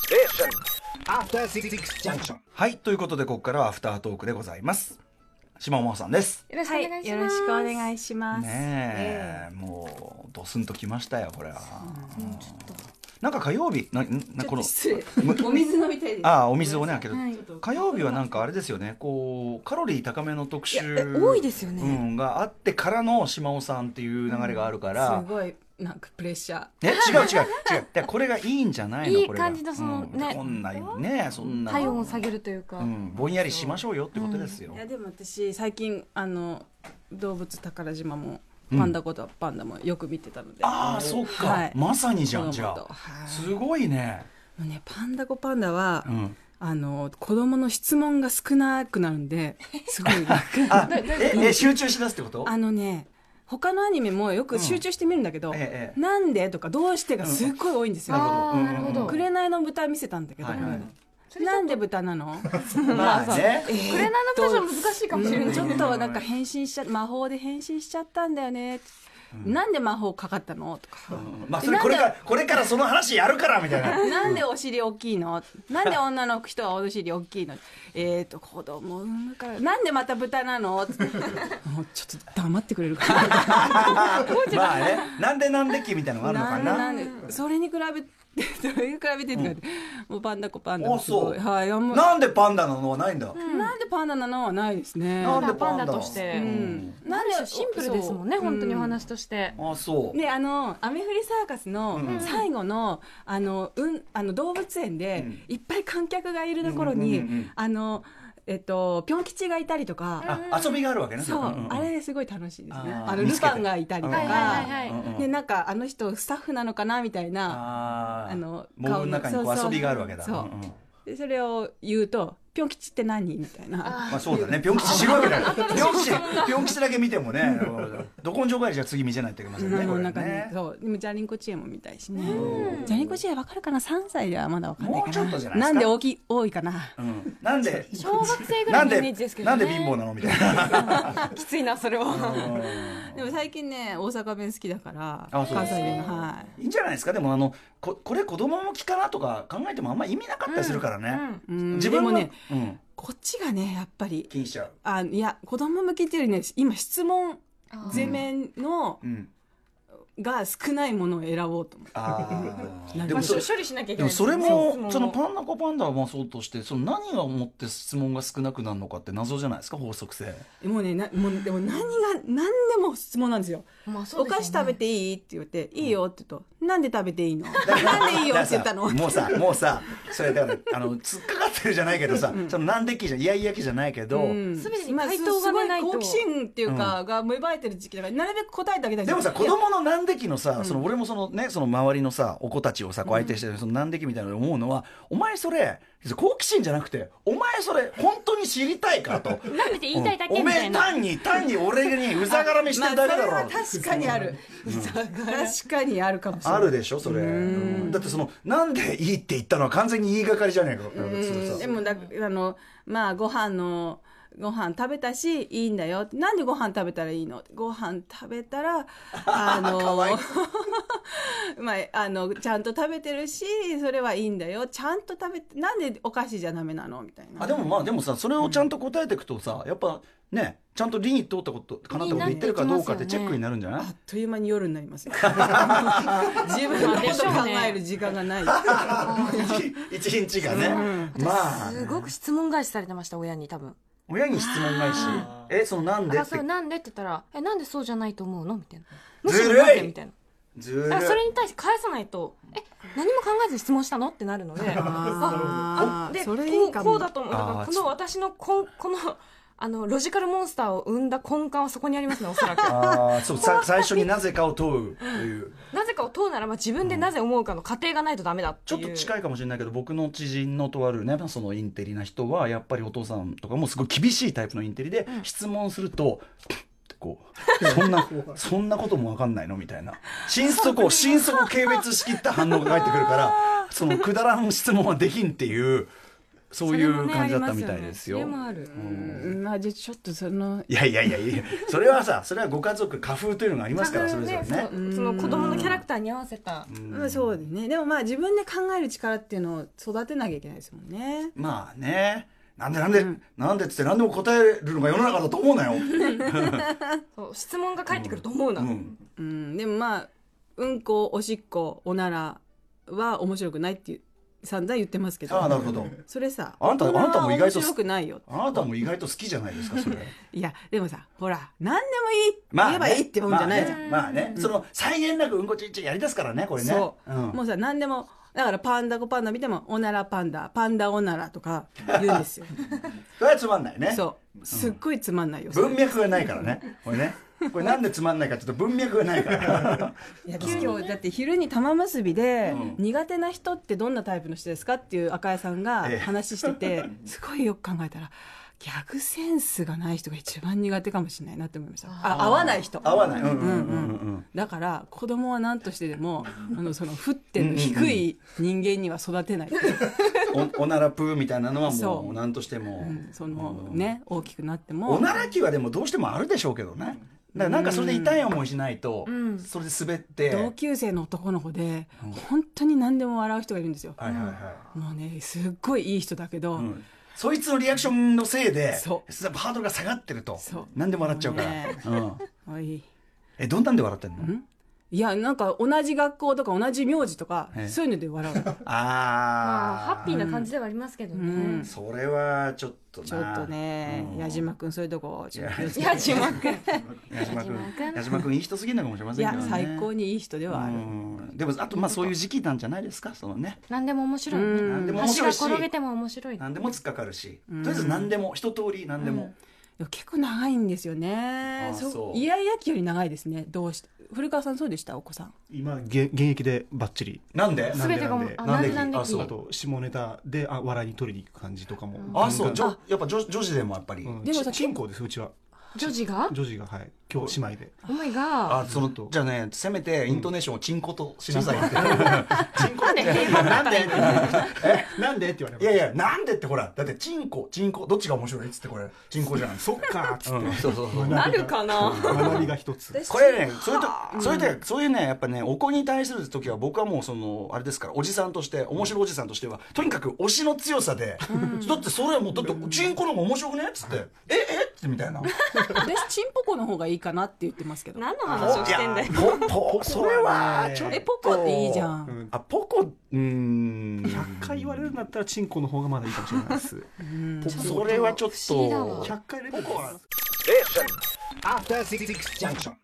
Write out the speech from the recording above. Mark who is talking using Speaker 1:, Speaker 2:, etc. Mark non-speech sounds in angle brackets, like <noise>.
Speaker 1: Station. After Six Junction.
Speaker 2: はい、ということで、ここからはアフタートークでございます。島本さんです。
Speaker 3: よろしくお願いします。
Speaker 4: よろしくお願いします。
Speaker 2: ねえ、もう、ドスンときましたよ、これは。うんなんか火曜日、な、な、この、
Speaker 3: 失
Speaker 4: <laughs>
Speaker 3: 礼。お水飲みたいです。
Speaker 2: ああ、お水をね、開ける。
Speaker 3: はい
Speaker 2: 火曜日はなんかあれですよね、こう、カロリー高めの特集。
Speaker 4: え多いですよね
Speaker 2: うん、があってからの島尾さんっていう流れがあるから。
Speaker 4: すごいなんかプレッシャー。
Speaker 2: ね、違う違う違う。でこれがいいんじゃないの
Speaker 3: いい
Speaker 2: これが
Speaker 3: 感じのその
Speaker 2: うん
Speaker 3: ね
Speaker 2: こんなね、そんな。
Speaker 3: 体温を下げるというか。
Speaker 2: うん、ぼんやりしましょうよってことですよ
Speaker 4: い。やでも私最近あの動物宝島もパンダことパンダもよく見てたので、
Speaker 2: ああ、そっか、
Speaker 4: はい
Speaker 2: まさにじゃん、
Speaker 4: 子
Speaker 2: じ
Speaker 4: 供
Speaker 2: ゃ
Speaker 4: とは
Speaker 2: あ。
Speaker 4: い
Speaker 2: すごいね。
Speaker 4: もうねパンダ子パンダは、
Speaker 2: うん。
Speaker 4: あの子供の質問が少なくなる
Speaker 2: <laughs>
Speaker 4: んですごいなんか
Speaker 2: あ、え、え、集中しだすってこと。
Speaker 4: あのね他のアニメもよく集中して見るんだけど、
Speaker 2: うんええ
Speaker 4: なんでとかどうしてがすっごい多いんですよ。
Speaker 3: ああ、なるほど。
Speaker 4: 紅の豚見せたんだけど、
Speaker 2: はいはい
Speaker 4: この間なんで豚なの
Speaker 2: ま
Speaker 4: <laughs>
Speaker 2: あね。
Speaker 3: クレナの歌じゃ難しいかもしれない。
Speaker 4: ちょっとなんか変身しちゃ魔法で変身しちゃったんだよね、なんで魔法かかったのとか、
Speaker 2: うんまあ、それ、これから、これからその話やるからみたいな。
Speaker 4: なんでお尻大きいのなんで女の人はお尻大きいのえっ、ー、と子供産むからなんでまた豚なのってもうちょっと黙ってくれるかな
Speaker 2: まあね、なんでなんできみたいなのがあるのかな。
Speaker 4: んでんでそれに比べてそれに比べてって言われてもうパンダ子パンダ
Speaker 2: お
Speaker 4: もす
Speaker 2: そ
Speaker 4: ご
Speaker 2: う。
Speaker 4: いはいあんま
Speaker 2: なんでパンダなのはないんだ。
Speaker 4: なんでパンダなのはないですね
Speaker 2: なんで
Speaker 3: パンダとして
Speaker 2: うん
Speaker 4: なんで
Speaker 3: シンプルですもんね、本当にお話として。
Speaker 2: あ、そう。
Speaker 4: ねあの雨降りサーカスの最後の,、あのうん、あの動物園で
Speaker 2: うん
Speaker 4: いっぱい観客がいるところ
Speaker 2: う
Speaker 4: に
Speaker 2: んうんうんうん
Speaker 4: あのえっとぴょん吉がいたりとか、
Speaker 2: あ、遊びがあるわけね。
Speaker 4: そう、
Speaker 2: んんん
Speaker 4: あれすごい楽しいですね
Speaker 2: あー
Speaker 4: あの
Speaker 2: 見
Speaker 4: ル
Speaker 2: つけて
Speaker 4: パンがいたりと
Speaker 3: はいはいはい
Speaker 4: か、
Speaker 3: はい
Speaker 2: うんうんうん
Speaker 4: でなんかあの人スタッフなのかなみたいな
Speaker 2: あー
Speaker 4: あの
Speaker 2: モールの中にこ
Speaker 4: 顔
Speaker 2: う
Speaker 4: のそうそ
Speaker 2: 遊
Speaker 4: う
Speaker 2: びがあるわけだ。
Speaker 4: そうん
Speaker 2: ん
Speaker 4: でそれを言うと「ぴょん吉って何?」みたいな。
Speaker 2: まあそうだね。ピョン吉知るわけだよ。ピョン吉、ピョン吉だけ見てもね、ど根性返りじゃ次見せないといけませんね。
Speaker 4: も
Speaker 2: こ
Speaker 4: う
Speaker 2: れ
Speaker 4: なんかね
Speaker 2: ね。
Speaker 4: そうでもジャリンコチエも見たいしねジャリンコチエわかるかな3歳ではまだわかんないか
Speaker 2: もう
Speaker 4: な
Speaker 2: ちょっとじゃないですか
Speaker 4: んで大きい多いかな
Speaker 2: うんなんで、
Speaker 3: 小学生ぐ
Speaker 2: な
Speaker 3: ら
Speaker 2: いん
Speaker 3: のイメー
Speaker 2: で
Speaker 3: ジです、けど
Speaker 2: な
Speaker 3: ね。
Speaker 2: んで貧乏なのみたいな。
Speaker 3: きついな、それは。
Speaker 4: でも最近ね大阪弁好きだから
Speaker 2: あそうで
Speaker 4: 関
Speaker 2: す
Speaker 4: 西
Speaker 2: か
Speaker 4: 弁がはい
Speaker 2: いんじゃないですか。でもあのここれ子供向きかなとか考えてもあんま意味なかったりするからね。
Speaker 4: い、うん
Speaker 2: 自分
Speaker 4: で
Speaker 2: の
Speaker 4: もね
Speaker 2: うん
Speaker 4: こっちがねやっぱり
Speaker 2: 気にしちゃう。
Speaker 4: あいや子供向けっていうよりね今質問全面の
Speaker 2: うん。
Speaker 4: が少ないものを選ぼうと思
Speaker 2: あ
Speaker 4: な
Speaker 2: あ。
Speaker 4: んか
Speaker 2: でもそれ
Speaker 3: 処理しなきゃい
Speaker 2: でもそれもそのパンナコパンダはまあそうとしてその何がもって質問が少なくなるのかって謎じゃないですか法則性
Speaker 4: うもうねなもうでも何が何でも質問なんですよ
Speaker 3: まあそう
Speaker 4: お
Speaker 3: ですよね
Speaker 4: 菓子食べていい?」って言って「いいよ」って言うと「なんで食べていいの? 」なんでいいよ」って言ったの
Speaker 2: だからさもうさもうさそれだからあの突っかかってるじゃないけどさ、そのなんできじゃいやいやきじゃないけど、
Speaker 4: うん
Speaker 3: 全てに
Speaker 4: まあ
Speaker 3: 回答がね
Speaker 4: すごい
Speaker 3: ないと
Speaker 4: 好奇心っていうかが芽生えてる時期だからなるべく答えてあげたい
Speaker 2: でもさ
Speaker 4: いや
Speaker 2: 子供の難敵のさ、その俺もそのねその周りのさお子たちをさこう相手してるその難敵みたいなの思うのは、お前それ好奇心じゃなくてお前それ本当に知りたいか
Speaker 4: <laughs>
Speaker 2: と
Speaker 3: なんでって言いたいだ
Speaker 2: お
Speaker 3: けみ
Speaker 2: め
Speaker 3: たい
Speaker 2: え
Speaker 3: な。
Speaker 2: 単に単に俺にうざがらみしてるだけだろ、
Speaker 4: まあ、それは確かにある、確かにあるかもしれな
Speaker 2: あ
Speaker 4: い
Speaker 2: るでしょそれだってそのなんでいいって言ったのは完全に言いがかりじゃねえかそれさ
Speaker 4: でもだあのまあご飯のご飯食べたしいいんだよなんでご飯食べたらいいのご飯食べ
Speaker 2: <laughs>
Speaker 4: たらあの <laughs> まああのちゃんと食べてるしそれはいいんだよちゃんと食べてなんでお菓子じゃダメなのみたいな
Speaker 2: あでもまあでもさそれをちゃんと答えていくとさやっぱねちゃんと理に通ったことかなったこと言ってるかどうかってチェックになるんじゃない
Speaker 4: あっという間に夜になり
Speaker 2: <laughs>
Speaker 4: ますよ <laughs> 自分のこと考える時間
Speaker 2: <laughs>
Speaker 4: がない
Speaker 2: 一一日がね、まあ
Speaker 3: すごく質問返しされてました、親に多分。
Speaker 2: 親に質問ないしえそのなんで
Speaker 3: あ、
Speaker 2: っ
Speaker 3: そ
Speaker 2: て
Speaker 3: れなんでって言ったら、え、なんでそうじゃないと思うのみたいな。む
Speaker 2: ずるい
Speaker 3: しろなんでみたいな。
Speaker 2: ずるい
Speaker 3: あそれに対して返さないと、え、何も考えずに質問したのってなるので、 <laughs>
Speaker 4: あー
Speaker 3: で、
Speaker 4: それい
Speaker 3: こ
Speaker 4: いうかも
Speaker 3: こうだと思う。だか
Speaker 2: あー
Speaker 3: らこの私のこん、この、あの、ロジカルモンスターを生んだ根幹はそこにありますね、おそら <laughs> く。
Speaker 2: あーそうさ最初になぜかを問うという
Speaker 3: なぜかを問うならば自分でなぜ思うかの過程がないとダメだって
Speaker 2: ちょ
Speaker 3: いう。
Speaker 2: っと近いかもしれないけど僕の知人のとあるねそのインテリな人はやっぱりお父さんとかもすごい厳しいタイプのインテリで、質問すると。ってこ
Speaker 3: <laughs>
Speaker 2: うそんなそんなことも分かんないのみたいな心底を心底
Speaker 3: <laughs>
Speaker 2: 軽蔑しきった反応が返ってくるからそのくだらん質問はできんっていうそういう
Speaker 3: れもね
Speaker 2: 感じだっ
Speaker 3: あ
Speaker 2: た
Speaker 3: り
Speaker 2: み
Speaker 3: ます
Speaker 2: た
Speaker 3: ね
Speaker 2: いですよ。
Speaker 3: それもある
Speaker 4: うんまあじゃあちょっとその
Speaker 2: いやいやいやいや、それはさ、それはご家族、家風というのがありますから、それぞれ
Speaker 3: そ
Speaker 2: ね。
Speaker 3: うその子供のキャラクターに合わせた
Speaker 4: うんそうですねでもまあ自分で考える力っていうのを育てなきゃいけないですもんね
Speaker 2: まあね、なんでなんで、なんでっつって何でも答えるのが世の中だと思うなよ。
Speaker 3: そう質問が返ってくると思うな、
Speaker 2: うん。
Speaker 4: うんでもまあうんこおしっこおならは面白くないっていう散々言ってますけど
Speaker 2: ああ、なるほど。
Speaker 4: それさ
Speaker 2: あんた
Speaker 4: 大人は
Speaker 2: あんたも意外と
Speaker 4: 面白くないよ
Speaker 2: あなたも意外と好きじゃないですか、そ
Speaker 4: <laughs>
Speaker 2: れ。
Speaker 4: いやでもさほら何でもいいって
Speaker 2: まあ
Speaker 4: 言
Speaker 2: ね
Speaker 4: えばいいってもんじゃないじゃん、
Speaker 2: まあね、まあねその、際限なくうんこちんちんやり出すからね、これね。
Speaker 4: そう、
Speaker 2: ん
Speaker 4: もうさ何でもだからパンダ子パンダ見てもおならパンダパンダおならとか言うん
Speaker 2: <laughs>
Speaker 4: ですよ
Speaker 2: それはつまんないね。
Speaker 4: そうすっごいつまんないよ、
Speaker 2: 文脈がないからね。これね。これなんでつまんないかちょっと文脈がない
Speaker 4: <laughs>
Speaker 2: から。
Speaker 4: いや今日だって昼に玉結びで、苦手な人ってどんなタイプの人ですかっていう赤江さんが
Speaker 2: ええ
Speaker 4: 話し
Speaker 2: <laughs>
Speaker 4: てて、すごいよく考えたらギャグセンスがない人が一番苦手かもしれないなって思いましたあ合わない人
Speaker 2: 合わない。うんうん
Speaker 4: う
Speaker 2: うん
Speaker 4: ん
Speaker 2: うん。
Speaker 4: だから子供は何としてでもあのその沸点の低い人間には育てない、
Speaker 2: おおならプーみたいなのは
Speaker 4: そ
Speaker 2: もう
Speaker 4: う
Speaker 2: 何としても、
Speaker 4: うんそのね大きくなっても
Speaker 2: おなら期はでもどうしてもあるでしょうけどねだからなんかそれで痛い思いしないと、それで滑って、
Speaker 4: 同級生の男の子で本当に何でも笑う人がいるんですよ、
Speaker 2: はいはいはい、
Speaker 4: もうねすっごいいい人だけど、
Speaker 2: うんそいつのリアクションのせいで
Speaker 4: そ
Speaker 2: ハードルが下がってると
Speaker 4: そう
Speaker 2: 何でも笑っちゃうから、
Speaker 4: もうね
Speaker 2: うん、
Speaker 4: おい
Speaker 2: えどんなんで笑ってんの
Speaker 4: いやなんか同じ学校とか同じ名字とか
Speaker 2: ええ
Speaker 4: そういうので
Speaker 2: <laughs>
Speaker 4: 笑う
Speaker 3: まあ、ハ
Speaker 2: ああ
Speaker 3: ッピーな感じではありますけどね、
Speaker 4: うん
Speaker 2: それはちょっとな
Speaker 4: ちょっとね
Speaker 2: うん
Speaker 4: 矢島君そういうとこちょっと気をつけて
Speaker 3: いや字幕
Speaker 2: 矢島君
Speaker 3: 矢島君
Speaker 2: 矢島君いい人すぎるのかもしれま
Speaker 4: い
Speaker 2: せんけ
Speaker 4: や
Speaker 2: どね
Speaker 4: 最高にいい人ではある、
Speaker 2: うんでもあとまあそういう時期なんじゃないですかそのね
Speaker 3: <laughs> 何でも面白いね、
Speaker 4: うん
Speaker 2: 何でも面
Speaker 3: 橋
Speaker 2: 白
Speaker 3: が
Speaker 2: いし
Speaker 3: 転げても面白いね
Speaker 2: 何でも突っかかるし、とりあえず何でも一通り何でも、
Speaker 4: でも結構長いんですよね
Speaker 2: あ
Speaker 4: そう
Speaker 2: そう
Speaker 4: イヤイヤ期より長いですねどうして古川さんそうでしたお子さん
Speaker 5: 今げ現役でバッチリ
Speaker 2: なんで
Speaker 5: な
Speaker 3: 全てがもうあ
Speaker 2: な
Speaker 3: なんん
Speaker 2: で
Speaker 3: でなんで
Speaker 2: あそう
Speaker 5: あと下ネタであ笑いに取りに行く感じとかも
Speaker 2: あそうじ
Speaker 5: ガン
Speaker 2: ょやっぱ女女子でもやっぱり、
Speaker 5: ガンうん
Speaker 4: でもさ
Speaker 5: ち金庫ですうちは
Speaker 3: 女児が
Speaker 5: 女児がはい今日姉妹で
Speaker 3: お前が
Speaker 2: あそのじゃあねせめてイントネーションをチンコとしなさいって <laughs> チンコってなん
Speaker 4: <laughs>
Speaker 2: で
Speaker 5: なんでって言われま
Speaker 2: いやいやなんでってほらだってチンコチンコどっちが面白いっつってこれチンコじゃん
Speaker 5: そっかーっつっ
Speaker 2: うんそうそうそう
Speaker 5: てな
Speaker 3: あるかな
Speaker 5: 学びが一つ
Speaker 2: これね、そういうと、そういうと、そういうね、やっぱね、お子に対する時は、僕はもう、その、あれですから、おじさんとして、面白いおじさんとしては、とにかく推しの強さで、だってそれはもう、だって、チンコの方が面白くねっつって、え、えってみたいな。
Speaker 4: 私チンポコの方がいいかなって言ってますけど
Speaker 3: 何の話をしてんだよ
Speaker 2: いやポポそれはちょっと
Speaker 4: えポコっていいじゃん、
Speaker 5: うん
Speaker 2: あポコうーん
Speaker 5: 100回言われるんだったらチンコの方がまだいいかもしれないです
Speaker 2: ポコそれはちょっ
Speaker 3: 不思議だわ
Speaker 2: と
Speaker 5: 100回レベルです
Speaker 1: アフターシックスジャンクション